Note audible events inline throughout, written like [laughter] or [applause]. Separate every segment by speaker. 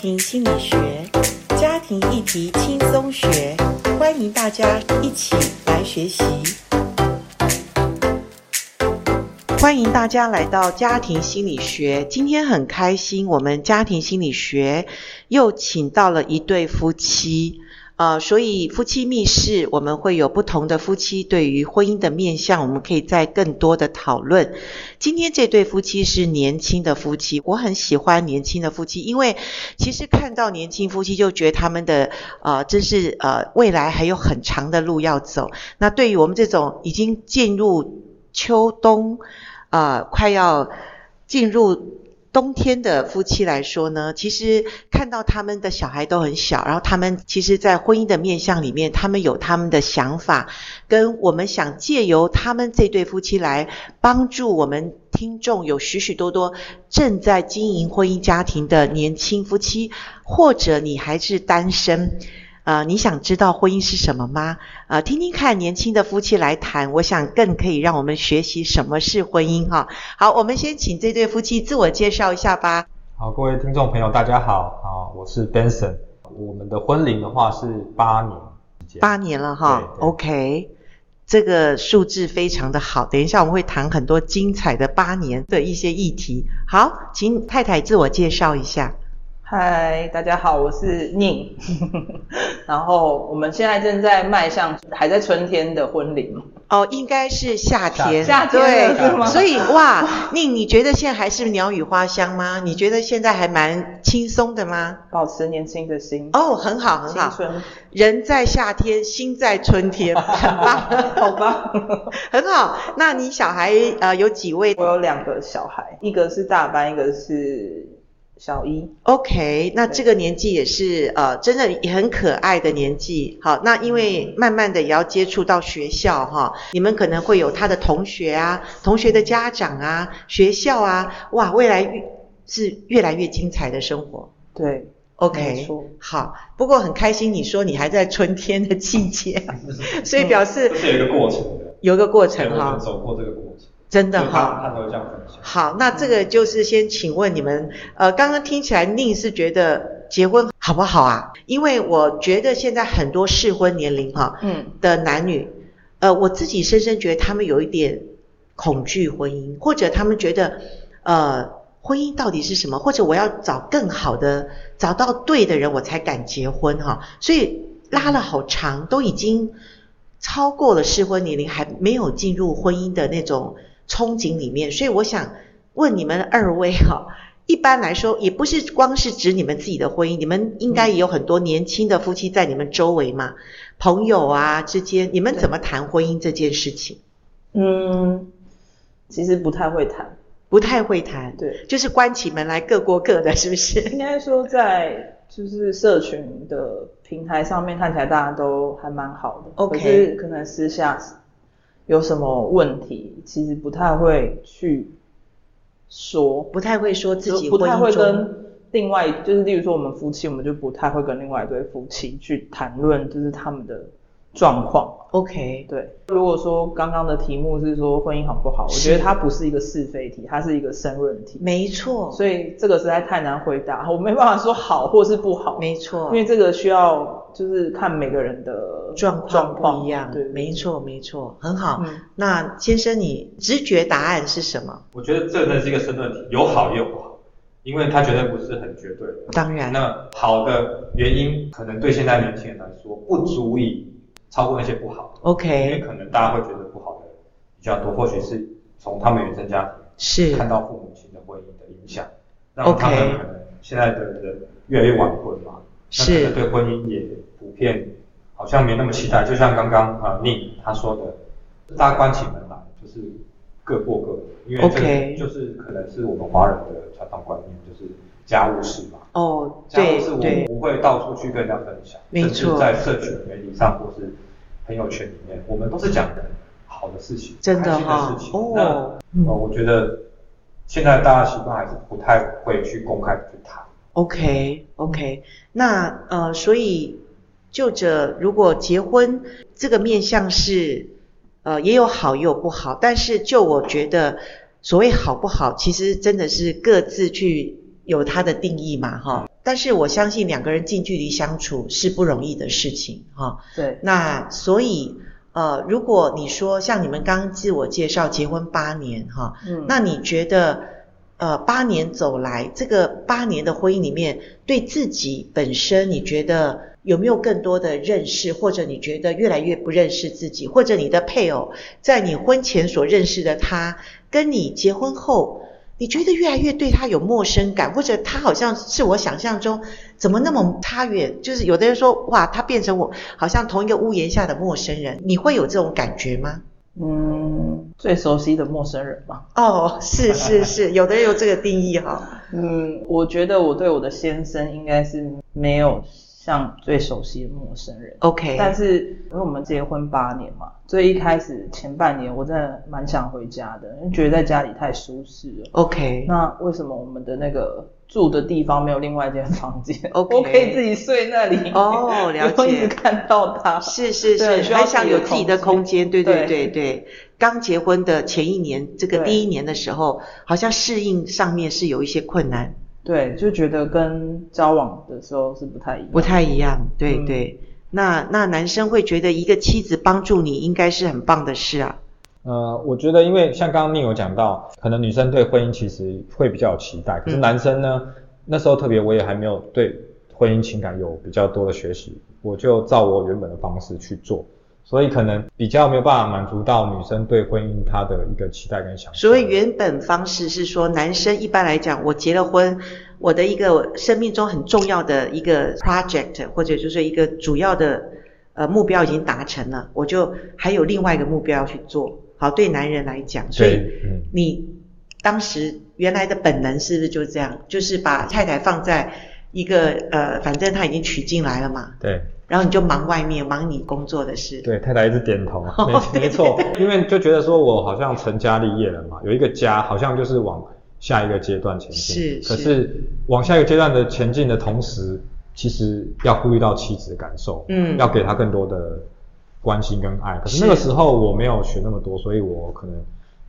Speaker 1: 庭心理学，家庭议题轻松学，欢迎大家一起来学习。欢迎大家来到家庭心理学，今天很开心，我们家庭心理学又请到了一对夫妻。呃，所以夫妻密室我们会有不同的夫妻对于婚姻的面向，我们可以在更多的讨论。今天这对夫妻是年轻的夫妻，我很喜欢年轻的夫妻，因为其实看到年轻夫妻就觉得他们的呃，真是呃，未来还有很长的路要走。那对于我们这种已经进入秋冬，呃，快要进入。冬天的夫妻来说呢，其实看到他们的小孩都很小，然后他们其实，在婚姻的面向里面，他们有他们的想法，跟我们想借由他们这对夫妻来帮助我们听众有许许多多正在经营婚姻家庭的年轻夫妻，或者你还是单身。呃，你想知道婚姻是什么吗？呃，听听看年轻的夫妻来谈，我想更可以让我们学习什么是婚姻哈。好，我们先请这对夫妻自我介绍一下吧。
Speaker 2: 好，各位听众朋友，大家好啊，我是 Benson。我们的婚龄的话是八年，
Speaker 1: 八年了哈。
Speaker 2: 对对
Speaker 1: OK，这个数字非常的好。等一下我们会谈很多精彩的八年的一些议题。好，请太太自我介绍一下。
Speaker 3: 嗨，大家好，我是宁。 [laughs] 然后我们现在正在迈向还在春天的婚礼嘛，
Speaker 1: 哦，应该是夏天，
Speaker 3: 夏天了
Speaker 1: 对，
Speaker 3: 是吗
Speaker 1: 所以哇，宁，你觉得现在还是鸟语花香吗？你觉得现在还蛮轻松的吗？
Speaker 3: 保持年轻的心，
Speaker 1: 哦，很好，很
Speaker 3: 青
Speaker 1: 好。
Speaker 3: 春。
Speaker 1: 人在夏天，心在春天，很棒，好棒， [laughs] 很好。那你小孩呃有几位
Speaker 3: 我有两个小孩，一个是大班，一个是小一。
Speaker 1: ？OK，那这个年纪也是呃，真的也很可爱的年纪。好，那因为慢慢的也要接触到学校哈，你们可能会有他的同学啊、同学的家长啊、学校啊，哇，未来越是越来越精彩的生活。
Speaker 3: 对
Speaker 1: OK，
Speaker 3: 没错
Speaker 1: 好，不过很开心你说你还在春天的季节，所以表示
Speaker 2: 这是有一个过程的，
Speaker 1: 有个过程
Speaker 2: 对我
Speaker 1: 哈
Speaker 2: 们，走过这个过程，
Speaker 1: 真的
Speaker 2: 就他
Speaker 1: 哈。
Speaker 2: 他才会这样分享。
Speaker 1: 好，那这个就是先请问你们，呃，刚刚听起来宁是觉得结婚好不好啊？因为我觉得现在很多适婚年龄哈、
Speaker 3: 嗯，
Speaker 1: 的男女，呃，我自己深深觉得他们有一点恐惧婚姻，或者他们觉得，呃，婚姻到底是什么？或者我要找更好的，找到对的人，我才敢结婚哈、所以拉了好长，都已经超过了适婚年龄，还没有进入婚姻的那种憧憬里面。所以我想问你们二位哈、一般来说，也不是光是指你们自己的婚姻，你们应该也有很多年轻的夫妻在你们周围嘛。朋友啊之间，你们怎么谈婚姻这件事情？
Speaker 3: 嗯，其实不太会谈。
Speaker 1: 不太会谈，
Speaker 3: 对，
Speaker 1: 就是关起门来各过各的，是不
Speaker 3: 应 [laughs]
Speaker 1: 是？
Speaker 3: 该说在就是社群的平台上面看起来大家都还蛮好的
Speaker 1: OK
Speaker 3: 可是可能私下有什么问题，其实不太会去说，
Speaker 1: 不太会说自己
Speaker 3: 不
Speaker 1: 婚
Speaker 3: 太
Speaker 1: 姻
Speaker 3: 会
Speaker 1: 中，
Speaker 3: 跟另外就是例如说我们夫妻，我们就不太会跟另外一对夫妻去谈论就是他们的状况。
Speaker 1: OK，
Speaker 3: 对，如果说刚刚的题目是说婚姻好不好，我
Speaker 1: 是
Speaker 3: 觉得它不是一个是非题，它是一个申论题。
Speaker 1: 没错，
Speaker 3: 所以这个实在太难回答，我没办法说好或是不好，
Speaker 1: 没错
Speaker 3: 因，为这个需要就是看每个人的
Speaker 1: 状
Speaker 3: 状
Speaker 1: 况
Speaker 3: 况
Speaker 1: 不一样
Speaker 3: 对，，
Speaker 1: 没错，没错，很好。
Speaker 3: 嗯
Speaker 1: 那先生，你直觉答案是什么？
Speaker 2: 我觉得这真的是一个申论题，有好也有不好，因为它绝对不是很绝对的。
Speaker 1: 当然，
Speaker 2: 那好的原因可能对现在年轻人来说不足以超过那些不好的，因为
Speaker 1: OK，
Speaker 2: 可能大家会觉得不好的比较多，或许是从他们原生家庭。
Speaker 1: 是
Speaker 2: 看到父母亲的婚姻的影响，让他
Speaker 1: OK
Speaker 2: 们可能现在的人越来越晚婚嘛，那可能
Speaker 1: 是
Speaker 2: 对婚姻也普遍好像没那么期待。就像刚刚啊宁他说的，大家关起门来就是各过各的，因为
Speaker 1: OK
Speaker 2: 这个就是可能是我们华人的传统观念，就是家务事嘛。
Speaker 1: 哦，
Speaker 2: 家务
Speaker 1: 对
Speaker 2: 事我们
Speaker 1: 对，
Speaker 2: 不会到处去跟人家分享，
Speaker 1: 没
Speaker 2: 甚至
Speaker 1: 错
Speaker 2: 在社群媒体上或是朋友圈里面，我们都是讲好的事情，
Speaker 1: 真的
Speaker 2: 开心
Speaker 1: 哈
Speaker 2: 事情。那
Speaker 1: 哦
Speaker 2: 呃，我觉得现在大家习惯还是不太会去公开的去谈。
Speaker 1: ，OK OK，那呃，所以就着如果结婚这个面向是呃也有好也有不好，但是就我觉得所谓好不好，其实真的是各自去有它的定义嘛哈。但是我相信两个人近距离相处是不容易的事情哈、
Speaker 3: 对，
Speaker 1: 那所以呃，如果你说像你们刚刚自我介绍结婚八年哈、
Speaker 3: 嗯，
Speaker 1: 那你觉得，呃，八年走来，这个八年的婚姻里面，对自己本身，你觉得有没有更多的认识，或者你觉得越来越不认识自己，或者你的配偶在你婚前所认识的他，跟你结婚后，你觉得越来越对他有陌生感，或者他好像是我想象中怎么那么差远？就是有的人说，哇，他变成我好像同一个屋檐下的陌生人，你会有这种感觉吗？
Speaker 3: 嗯，最熟悉的陌生人嘛。
Speaker 1: 哦，是是是，有的人有这个定义哈。
Speaker 3: 嗯，我觉得我对我的先生应该是没有像最熟悉的陌生人，
Speaker 1: OK，
Speaker 3: 但是因为我们结婚八年嘛，所以一开始前半年我真的蛮想回家的，因为觉得在家里太舒适了。
Speaker 1: OK，
Speaker 3: 那为什么我们的那个住的地方没有另外一间房间
Speaker 1: [laughs] OK
Speaker 3: 我可以自己睡那里。
Speaker 1: 哦，了
Speaker 3: [laughs] 我一直
Speaker 1: 解，
Speaker 3: 看到他。
Speaker 1: 是是
Speaker 3: 对
Speaker 1: 是，
Speaker 3: 需要
Speaker 1: 还想有自己的空间，对对对
Speaker 3: 对
Speaker 1: 对。刚结婚的前一年，这个
Speaker 3: 对
Speaker 1: 第一年的时候，好像适应上面是有一些困难，
Speaker 3: 对，就觉得跟交往的时候是不太一样。
Speaker 1: 不太一样，对
Speaker 3: 嗯
Speaker 1: 对。那那男生会觉得一个妻子帮助你，应该是很棒的事啊。
Speaker 2: 呃，我觉得因为像刚刚宁有讲到，可能女生对婚姻其实会比较有期待，可是
Speaker 1: 嗯
Speaker 2: 男生呢，那时候特别我也还没有对婚姻情感有比较多的学习，我就照我原本的方式去做，所以可能比较没有办法满足到女生对婚姻她的一个期待跟想象。
Speaker 1: 所以原本方式是说，男生一般来讲，我结了婚，我的一个生命中很重要的一个 project 或者就是一个主要的呃目标已经达成了，我就还有另外一个目标要去做。好，对男人来讲，所以
Speaker 2: 对，嗯，
Speaker 1: 你当时原来的本能是不是就是这样？就是把太太放在一个呃，反正她已经娶进来了嘛，
Speaker 2: 对。
Speaker 1: 然后你就忙外面，忙你工作的事。
Speaker 2: 对，太太一直点头，
Speaker 1: [laughs]
Speaker 2: 没没
Speaker 1: 哦
Speaker 2: 错，因为就觉得说我好像成家立业了嘛，有一个家，好像就是往下一个阶段前进。
Speaker 1: 是
Speaker 2: 可
Speaker 1: 是
Speaker 2: 是往下一个阶段的前进的同时，其实要顾虑到妻子的感受，
Speaker 1: 嗯
Speaker 2: 要给她更多的关心跟爱。可是那个
Speaker 1: 是
Speaker 2: 时候我没有学那么多，所以我可能。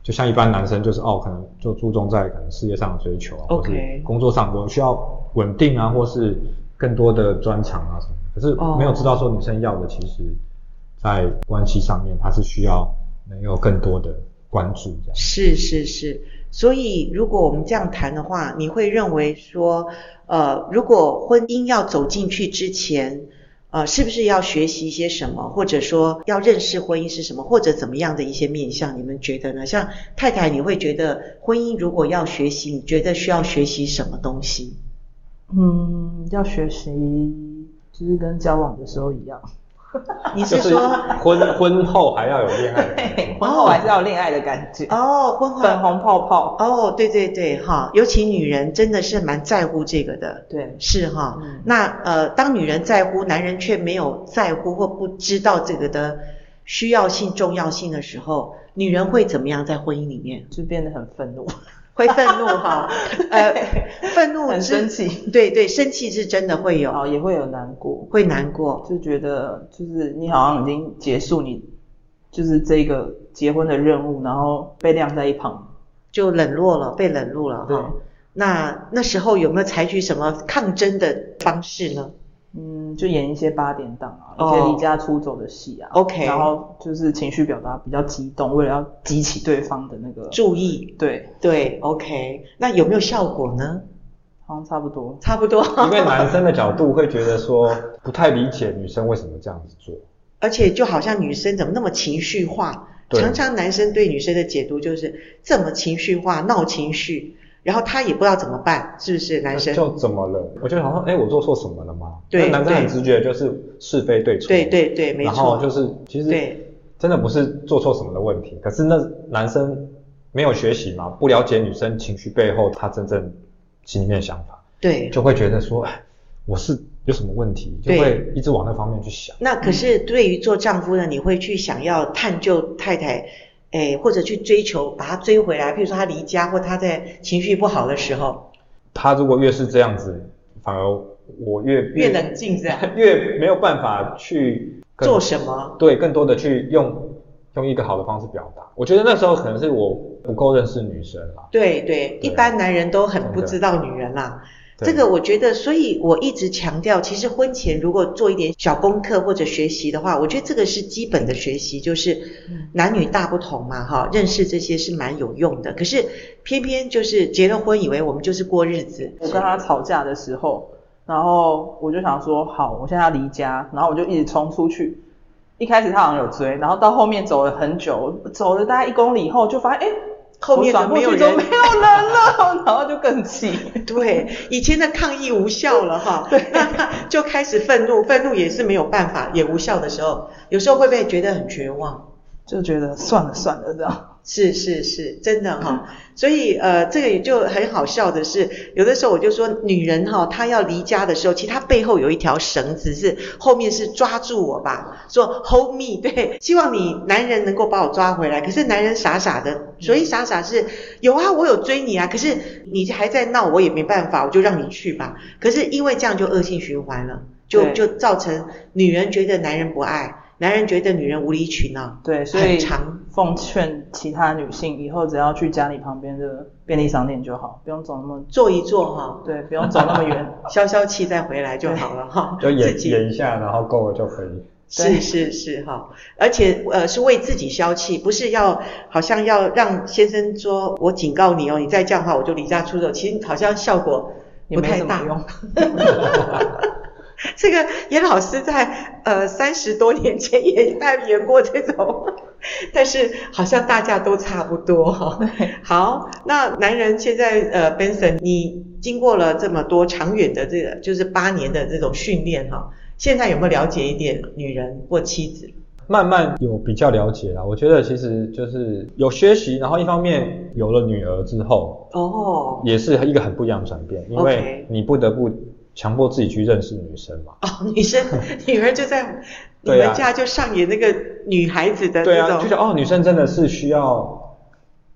Speaker 2: 就像一般男生，就是哦，可能就注重在可能事业上的追求啊，或
Speaker 1: OK
Speaker 2: 是工作上，我需要稳定啊，或是更多的专长啊什么的。可是
Speaker 1: 哦
Speaker 2: 没有知道说女生要的，其实在关系上面，她是需要能有更多的关注这样。
Speaker 1: 是是是，所以如果我们这样谈的话，你会认为说，呃，如果婚姻要走进去之前，呃，是不是要学习一些什么，或者说要认识婚姻是什么，或者怎么样的一些面向？你们觉得呢？像太太，你会觉得婚姻如果要学习，你觉得需要学习什么东西？
Speaker 3: 嗯，要学习，就是跟交往的时候一样。
Speaker 1: 你
Speaker 2: 就是是 [laughs]
Speaker 1: 说，
Speaker 2: 婚婚后还要有恋
Speaker 1: [laughs]
Speaker 2: 爱的感觉，
Speaker 3: 婚后还是要有恋爱的感觉，
Speaker 1: 哦，婚
Speaker 3: 粉
Speaker 1: 后，
Speaker 3: 红泡泡。
Speaker 1: 哦，对对对，哈，尤其女人真的是蛮在乎这个的。
Speaker 3: 对，
Speaker 1: 是哈，
Speaker 3: 嗯
Speaker 1: 那呃，当女人在乎，男人却没有在乎或不知道这个的需要性、重要性的时候，女人会怎么样在婚姻里面？
Speaker 3: 就变得很愤怒。
Speaker 1: 会愤怒
Speaker 3: [laughs]
Speaker 1: 哈，呃，愤怒
Speaker 3: 很
Speaker 1: 之
Speaker 3: 生气，
Speaker 1: 对对，生气是真的会
Speaker 3: 然
Speaker 1: 有，
Speaker 3: 后也会有难过，
Speaker 1: 会难过，
Speaker 3: 就觉得就是你好像已经结束你就是这个结婚的任务，然后被晾在一旁。
Speaker 1: 就冷落了，被冷落了哈。那那时候有没有采取什么抗争的方式呢？
Speaker 3: 嗯，就演一些八点档啊，
Speaker 1: 哦
Speaker 3: 一些离家出走的戏啊。
Speaker 1: OK
Speaker 3: 然后就是情绪表达比较激动，为了要激起对方的那个
Speaker 1: 注意，
Speaker 3: 对，
Speaker 1: 对，OK，那有没有效果呢？
Speaker 3: 好像差不多。
Speaker 1: 差不多，
Speaker 2: 因为男生的角度会觉得说不太理解女生为什么这样子做，
Speaker 1: 而且就好像女生怎么那么情绪化，
Speaker 2: 对
Speaker 1: 常常男生对女生的解读就是这么情绪化、闹情绪，然后他也不知道怎么办，是不是男生？
Speaker 2: 就怎么了？我就想说，哎，我做错什么了吗？
Speaker 1: 对
Speaker 2: 那男生
Speaker 1: 对
Speaker 2: 很直觉，就是是非对错。
Speaker 1: 对对对，没
Speaker 2: 然后
Speaker 1: 错，
Speaker 2: 就是其实
Speaker 1: 对
Speaker 2: 真的不是做错什么的问题，可是那男生没有学习嘛，不了解女生情绪背后她真正心里面想法，
Speaker 1: 对。
Speaker 2: 就会觉得说，哎，我是有什么问题，就
Speaker 1: 对
Speaker 2: 会一直往那方面去想。
Speaker 1: 那可是对于做丈夫呢，你会去想要探究太太，哎，或者去追求把她追回来，譬如说她离家或她在情绪不好的时候，
Speaker 2: 他如果越是这样子，反而我越
Speaker 1: 越冷静这样
Speaker 2: 越没有办法去更
Speaker 1: 做什么？
Speaker 2: 对，更多的去用用一个好的方式表达。我觉得那时候可能是我不够认识女生啦。
Speaker 1: 对对，一
Speaker 2: 对
Speaker 1: 般男人都很不
Speaker 2: 真的
Speaker 1: 知道女人啦，这
Speaker 2: 对
Speaker 1: 个我觉得，所以我一直强调，其实婚前如果做一点小功课或者学习的话，我觉得这个是基本的学习，就是
Speaker 3: 嗯
Speaker 1: 男女大不同嘛，哈，认识这些是蛮有用的。可是偏偏就是结了婚以为我们就是过日子，
Speaker 3: 我跟他吵架的时候，然后我就想说，好，我现在要离家，然后我就一直冲出去。一开始他好像有追，然后到后面走了很久，走了大概一公里以后，就发现哎，
Speaker 1: 后面
Speaker 3: 我
Speaker 1: 怎么
Speaker 3: 转过
Speaker 1: 没有
Speaker 3: 去
Speaker 1: 人
Speaker 3: 都没有人了，然 [laughs] 后就更气。
Speaker 1: 对，以前的抗议无效了哈，那 [laughs] 就开始愤怒，愤怒也是没有办法，也无效的时候，有时候会不会觉得很绝望？
Speaker 3: 就觉得算了算了这样。
Speaker 1: 是是是，真的哈、所以呃，这个也就很好笑的是，有的时候我就说，女人哈、她要离家的时候，其实她背后有一条绳子是，后面是抓住我吧，说 hold me，对， [laughs] 希望你男人能够把我抓回来。可是男人傻傻的，所以傻傻是有啊，我有追你啊，可是你还在闹，我也没办法，我就让你去吧。可是因为这样就恶性循环了，就
Speaker 3: 对
Speaker 1: 就造成女人觉得男人不爱，男人觉得女人无理取闹。
Speaker 3: 对，所以
Speaker 1: 很长
Speaker 3: 奉劝其他女性，以后只要去家里旁边的便利商店就好，不用走那么
Speaker 1: 坐一坐哈、
Speaker 3: 对，不用走那么远。
Speaker 1: 消消气再回来就好了哈，
Speaker 2: 就
Speaker 1: 自
Speaker 2: 演
Speaker 1: 己
Speaker 2: 演一下，然后够了就可以。
Speaker 1: 是是是哈，而且呃是为自己消气，不是要好像要让先生说我警告你哦，你再这样的话我就离家出走，其实好像效果不太大
Speaker 3: 也没什么用。
Speaker 1: [laughs] 这个严老师在呃三十多年前也扮演过这种， [laughs] 但是好像大家都差不多哈、好，那男人现在呃，Benson，你经过了这么多长远的这个，就是八年的这种训练哈、现在有没有了解一点女人或妻子？
Speaker 2: 慢慢有比较了解啦，我觉得其实就是有学习，然后一方面有了女儿之后，
Speaker 1: 哦，
Speaker 2: 也是一个很不一样的转变，因为
Speaker 1: OK
Speaker 2: 你不得不强迫自己去认识女生嘛。
Speaker 1: 哦，女
Speaker 2: [laughs]
Speaker 1: 生女儿就在你
Speaker 2: 对啊
Speaker 1: 们家就上演那个女孩子的
Speaker 2: 对
Speaker 1: 那
Speaker 2: 啊，就
Speaker 1: 种，
Speaker 2: 想哦，女生真的是需要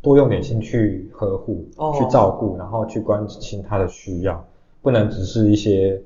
Speaker 2: 多用点心去呵护、
Speaker 1: 哦
Speaker 2: 去照顾，然后去关心她的需要，不能只是一些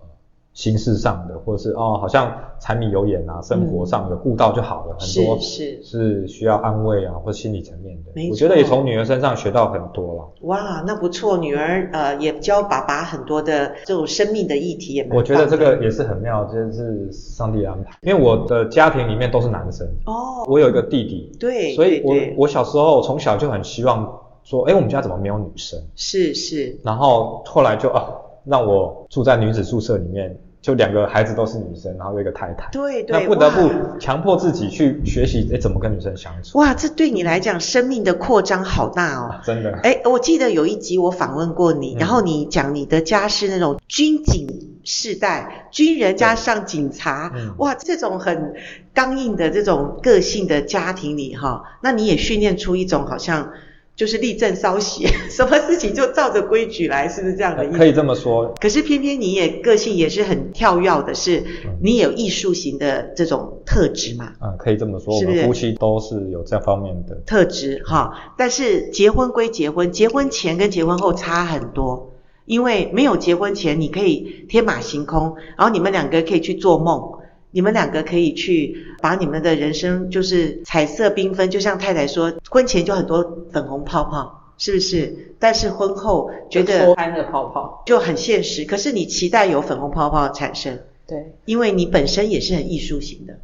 Speaker 2: 呃形式上的，或者是哦，好像柴米油盐啊，生活上的顾到就好了，很多
Speaker 1: 嗯是是
Speaker 2: 是需要安慰啊，或心理层面的
Speaker 1: 没。
Speaker 2: 我觉得也
Speaker 1: 错
Speaker 2: 从女儿身上学到很多了。
Speaker 1: 哇，那不错，女儿呃也教爸爸很多的这种生命的议题，也蛮
Speaker 2: 我觉得
Speaker 1: 棒的
Speaker 2: 这个也是很妙，就是上帝的安排。因为我的家庭里面都是男生，
Speaker 1: 哦，
Speaker 2: 我有一个弟弟，
Speaker 1: 对，
Speaker 2: 所以
Speaker 1: 对
Speaker 2: 我
Speaker 1: 对
Speaker 2: 我小时候从小就很希望说，哎，我们家怎么没有女生？
Speaker 1: 是是
Speaker 2: 然后后来就啊，让我住在女子宿舍里面，就两个孩子都是女生，然后有一个太太，
Speaker 1: 对对，
Speaker 2: 那不得
Speaker 1: 哇
Speaker 2: 不强迫自己去学习，哎，怎么跟女生相处？
Speaker 1: 哇，这对你来讲生命的扩张好大哦
Speaker 2: 啊。真的，
Speaker 1: 哎，我记得有一集我访问过你，
Speaker 2: 嗯
Speaker 1: 然后你讲你的家是那种军警世代，军人加上警察，
Speaker 2: 嗯
Speaker 1: 哇，这种很刚硬的这种个性的家庭里哈，那你也训练出一种好像就是立正稍息， [laughs] 什么事情就照着规矩来，是不是这样的意思？
Speaker 2: 呃可以这么说，
Speaker 1: 可是偏偏你也个性也是很跳跃的是，
Speaker 2: 嗯
Speaker 1: 你也有艺术型的这种特质嘛？
Speaker 2: 嗯，可以这么说，我
Speaker 1: 是不是
Speaker 2: 们夫妻都是有这方面的。
Speaker 1: 特质哈，但是结婚归结婚，结婚前跟结婚后差很多，因为没有结婚前你可以天马行空，然后你们两个可以去做梦，你们两个可以去把你们的人生就是彩色缤纷，就像太太说，婚前就很多粉红泡泡，是不是？但是婚后 [laughs] 觉
Speaker 3: 就戳
Speaker 1: 得
Speaker 3: 开那个泡泡。
Speaker 1: 就很现实，可是你期待有粉红泡泡产生，
Speaker 3: 对，
Speaker 1: 因为你本身也是很艺术型的，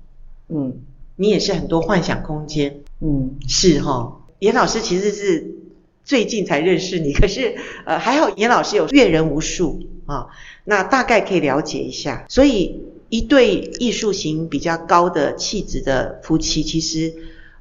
Speaker 3: 嗯
Speaker 1: 你也是很多幻想空间。
Speaker 3: 嗯，
Speaker 1: 是哈、严老师其实是最近才认识你， [laughs] 可是呃还好严老师有阅人无数啊，那大概可以了解一下。所以一对艺术型比较高的气质的夫妻，其实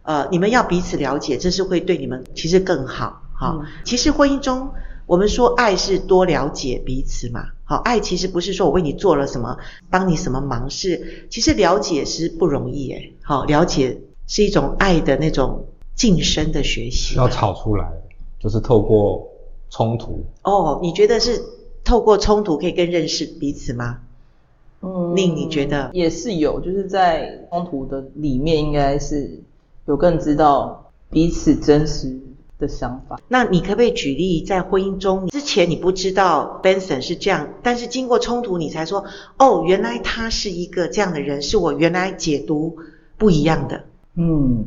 Speaker 1: 呃你们要彼此了解，这是会对你们其实更好哈、
Speaker 3: 嗯
Speaker 1: 其实婚姻中。我们说爱是多了解彼此嘛，好，爱其实不是说我为你做了什么，帮你什么忙，是其实了解是不容易诶，好，了解是一种爱的那种晋升的学习。
Speaker 2: 要吵出来，就是透过冲突。
Speaker 1: 哦，你觉得是透过冲突可以更认识彼此吗？
Speaker 3: 嗯
Speaker 1: 令你觉得
Speaker 3: 也是有，就是在冲突的里面，应该是有更知道彼此真实的想法。
Speaker 1: 那你可不可以举例，在婚姻中之前你不知道 Benson 是这样，但是经过冲突你才说，哦，原来他是一个这样的人，是我原来解读不一样的。
Speaker 3: 嗯，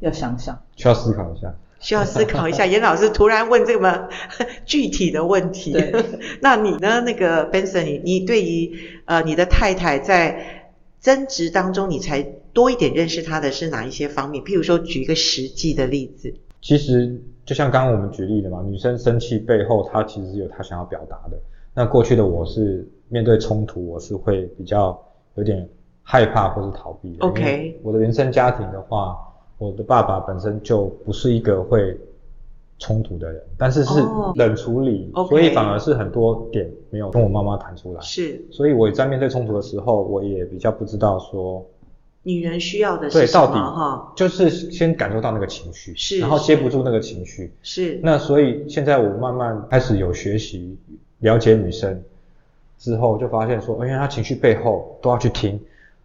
Speaker 3: 要想想，
Speaker 2: 需要思考一下。
Speaker 1: 需要思考一下。严老师突然问这么 [laughs] 具体的问题，
Speaker 3: 对，
Speaker 1: [laughs] 那你呢？那个 Benson，你你对于呃你的太太在争执当中，你才多一点认识她的是哪一些方面？譬如说，举一个实际的例子。
Speaker 2: 其实就像刚刚我们举例的嘛，女生生气背后她其实是有她想要表达的。那过去的我是面对冲突，我是会比较有点害怕或是逃避的。
Speaker 1: OK
Speaker 2: 因为我的原生家庭的话，我的爸爸本身就不是一个会冲突的人，但是是
Speaker 1: 哦
Speaker 2: 冷处理
Speaker 1: OK
Speaker 2: 所以反而是很多点没有跟我妈妈谈出来。
Speaker 1: 是
Speaker 2: 所以我在面对冲突的时候，我也比较不知道说
Speaker 1: 女人需要的是
Speaker 2: 对
Speaker 1: 什
Speaker 2: 到
Speaker 1: 么？
Speaker 2: 底
Speaker 1: 哈，
Speaker 2: 就是先感受到那个情绪，
Speaker 1: 是
Speaker 2: 然后
Speaker 1: 是
Speaker 2: 接不住那个情绪，
Speaker 1: 是
Speaker 2: 那所以现在我慢慢开始有学习了解女生之后，就发现说，呃因为她情绪背后都要去听，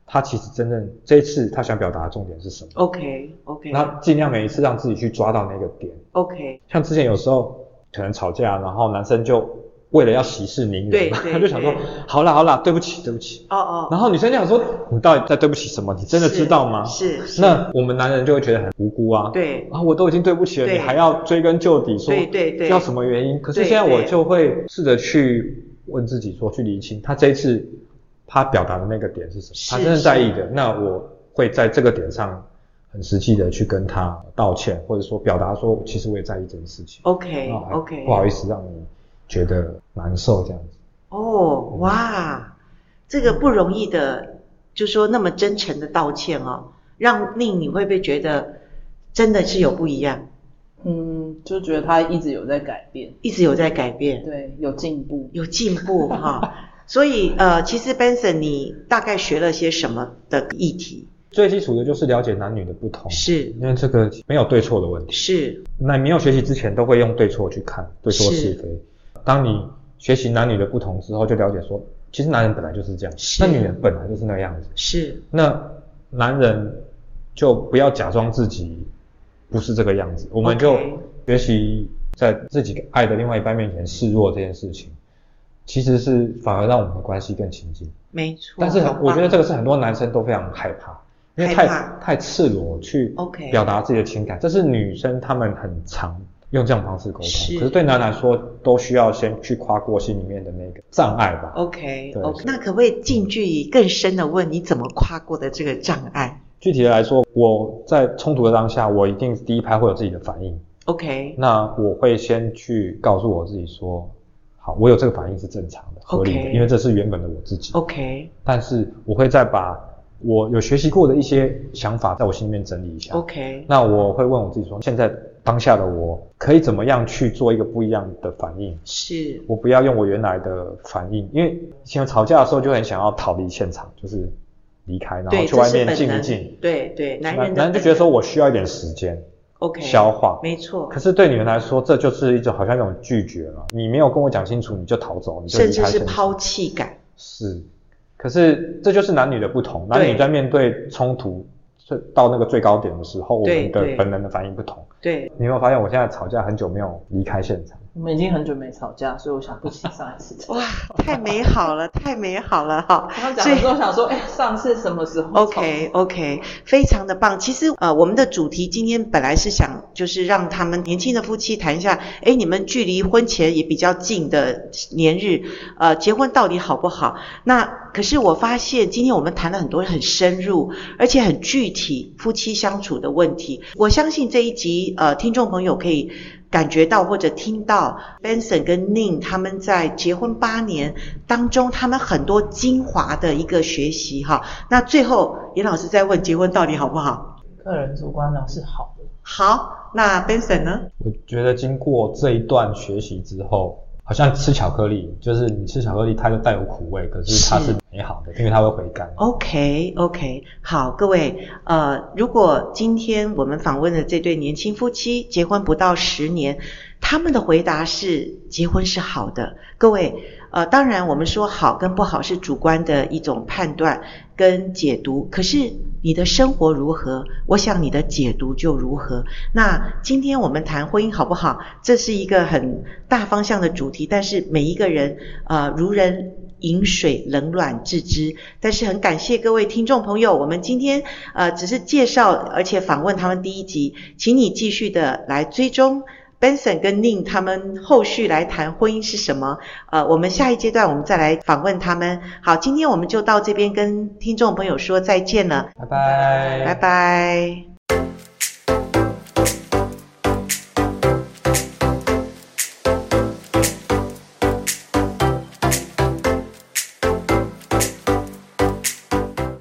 Speaker 2: 她其实真正这一次她想表达的重点是什么，
Speaker 1: OK OK
Speaker 2: 那尽量每一次让自己去抓到那个点。
Speaker 1: OK
Speaker 2: 像之前有时候可能吵架，然后男生就为了要息事宁人 [laughs]
Speaker 1: 对
Speaker 2: 嘛，
Speaker 1: 对
Speaker 2: 他就想说
Speaker 1: 对，
Speaker 2: 好啦好啦，对不起对不起。
Speaker 1: 哦哦，
Speaker 2: 然后女生就想说，你到底在对不起什么？你真的知道吗？
Speaker 1: 是是
Speaker 2: 那我们男人就会觉得很无辜啊，
Speaker 1: 对
Speaker 2: 啊，我都已经对不起了，
Speaker 1: 对
Speaker 2: 你还要追根究底说
Speaker 1: 对对对
Speaker 2: 要什么原因？可是
Speaker 1: 对
Speaker 2: 现在我
Speaker 1: 对
Speaker 2: 就会试着去问自己说，去理清他这一次他表达的那个点是什么，
Speaker 1: 是
Speaker 2: 他真正在意的，那我会在这个点上很实际的去跟他道歉，或者说表达说，其实我也在意这件事情。
Speaker 1: OK
Speaker 2: 那哦我还
Speaker 1: OK
Speaker 2: 不好意思让你觉得难受这样子。
Speaker 1: 哦，哇，这个不容易的，就说那么真诚的道歉哦，让令你会不会觉得真的是有不一样，
Speaker 3: 嗯，就觉得他一直有在改变，
Speaker 1: 一直有在改变，
Speaker 3: 对，有进步。
Speaker 1: 有进步
Speaker 2: [laughs]
Speaker 1: 哈。所以呃，其实 Benson 你大概学了些什么的议题？
Speaker 2: 最基础的就是了解男女的不同，
Speaker 1: 是
Speaker 2: 因为这个没有对错的问题。
Speaker 1: 是
Speaker 2: 那你没有学习之前，都会用对错去看，对错
Speaker 1: 是
Speaker 2: 是非。当你学习男女的不同之后，就了解说，其实男人本来就是这样，
Speaker 1: 是
Speaker 2: 那女人本来就是那样子。
Speaker 1: 是
Speaker 2: 那男人就不要假装自己不是这个样子，我们就
Speaker 1: OK
Speaker 2: 学习在自己爱的另外一半面前示弱这件事情，其实是反而让我们的关系更亲近。
Speaker 1: 没错。
Speaker 2: 但是很我觉得这
Speaker 1: 个
Speaker 2: 个是很多男生都非常害怕，因为
Speaker 1: 害
Speaker 2: 太
Speaker 1: 怕
Speaker 2: 太赤裸去
Speaker 1: OK
Speaker 2: 表达自己的情感，这是女生她们很常用这样的方式沟通。
Speaker 1: 是
Speaker 2: 可是对男来说，都需要先去跨过心里面的那个障碍吧。
Speaker 1: 哦 OK
Speaker 2: 对
Speaker 1: OK，那可不可以近距离更深的问你怎么跨过的这个障碍
Speaker 2: 具体的来说，我在冲突的当下，我一定第一拍会有自己的反应，
Speaker 1: ？OK
Speaker 2: 那我会先去告诉我自己说，好，我有这个反应是正常的、合理的
Speaker 1: OK 哦
Speaker 2: 因为这是原本的我自己。
Speaker 1: OK
Speaker 2: 但是我会再把我有学习过的一些想法，在我心里面整理一下。
Speaker 1: OK
Speaker 2: 那我会问我自己说，现在当下的我可以怎么样去做一个不一样的反应？
Speaker 1: 是
Speaker 2: 我不要用我原来的反应，因为以前吵架的时候就很想要逃离现场，就是离开，然后
Speaker 1: 对，
Speaker 2: 去
Speaker 1: 这
Speaker 2: 外
Speaker 1: 是
Speaker 2: 面
Speaker 1: 本
Speaker 2: 静一
Speaker 1: 能
Speaker 2: 静。
Speaker 1: 对对，男
Speaker 2: 那
Speaker 1: 人的
Speaker 2: 男人就觉得说我需要一点时间
Speaker 1: OK
Speaker 2: 消化。
Speaker 1: 没错
Speaker 2: 可，是对女人来说，这就是一种好像一种拒绝了。你没有跟我讲清楚，你就逃走，你就离
Speaker 1: 甚
Speaker 2: 开
Speaker 1: 至是
Speaker 2: 现场
Speaker 1: 抛弃感，
Speaker 2: 是，可是这就是男女的不同。男
Speaker 1: 对
Speaker 2: 女在面对冲突最到那个最高点的时候，我
Speaker 1: 对
Speaker 2: 们的
Speaker 1: 对
Speaker 2: 本能的反应不同。
Speaker 1: 对，
Speaker 2: 你有没有发现我现在吵架很久没有离开现场？
Speaker 3: 我们已经很久没吵架，所以我想不起上一次 [laughs] 吵架。
Speaker 1: 哇，太美好了，太美好了哈。
Speaker 3: 刚刚讲的时候想说，哎、上次什么时候吵
Speaker 1: OK OK，非常的棒。其实呃，我们的主题今天本来是想就是让他们年轻的夫妻谈一下，哎，你们距离婚前也比较近的年日，呃，结婚到底好不好？那可是我发现今天我们谈了很多很深入，而且很具体夫妻相处的问题。我相信这一集呃，听众朋友可以。感觉到或者听到 Benson 跟 Ning 他们在结婚八年当中，他们很多精华的一个学习哈。那最后，严老师再问结婚到底好不好？
Speaker 3: 个人主观呢是好的，
Speaker 1: 好，那 Benson 呢？
Speaker 2: 我觉得经过这一段学习之后，好像吃巧克力，就是你吃巧克力，它就带有苦味，可是它
Speaker 1: 是
Speaker 2: 是美好的，因为它会回甘。
Speaker 1: OK OK，好，各位，呃，如果今天我们访问的这对年轻夫妻结婚不到十年，他们的回答是结婚是好的。各位，呃，当然我们说好跟不好是主观的一种判断跟解读，可是你的生活如何，我想你的解读就如何。那今天我们谈婚姻好不好？这是一个很大方向的主题，但是每一个人呃如人。饮水冷暖自知，但是很感谢各位听众朋友，我们今天呃只是介绍，而且访问他们第一集，请你继续的来追踪 Benson 跟 Ning 他们后续来谈婚姻是什么，呃，我们下一阶段我们再来访问他们。好，今天我们就到这边跟听众朋友说再见了，
Speaker 2: 拜拜，
Speaker 1: 拜拜。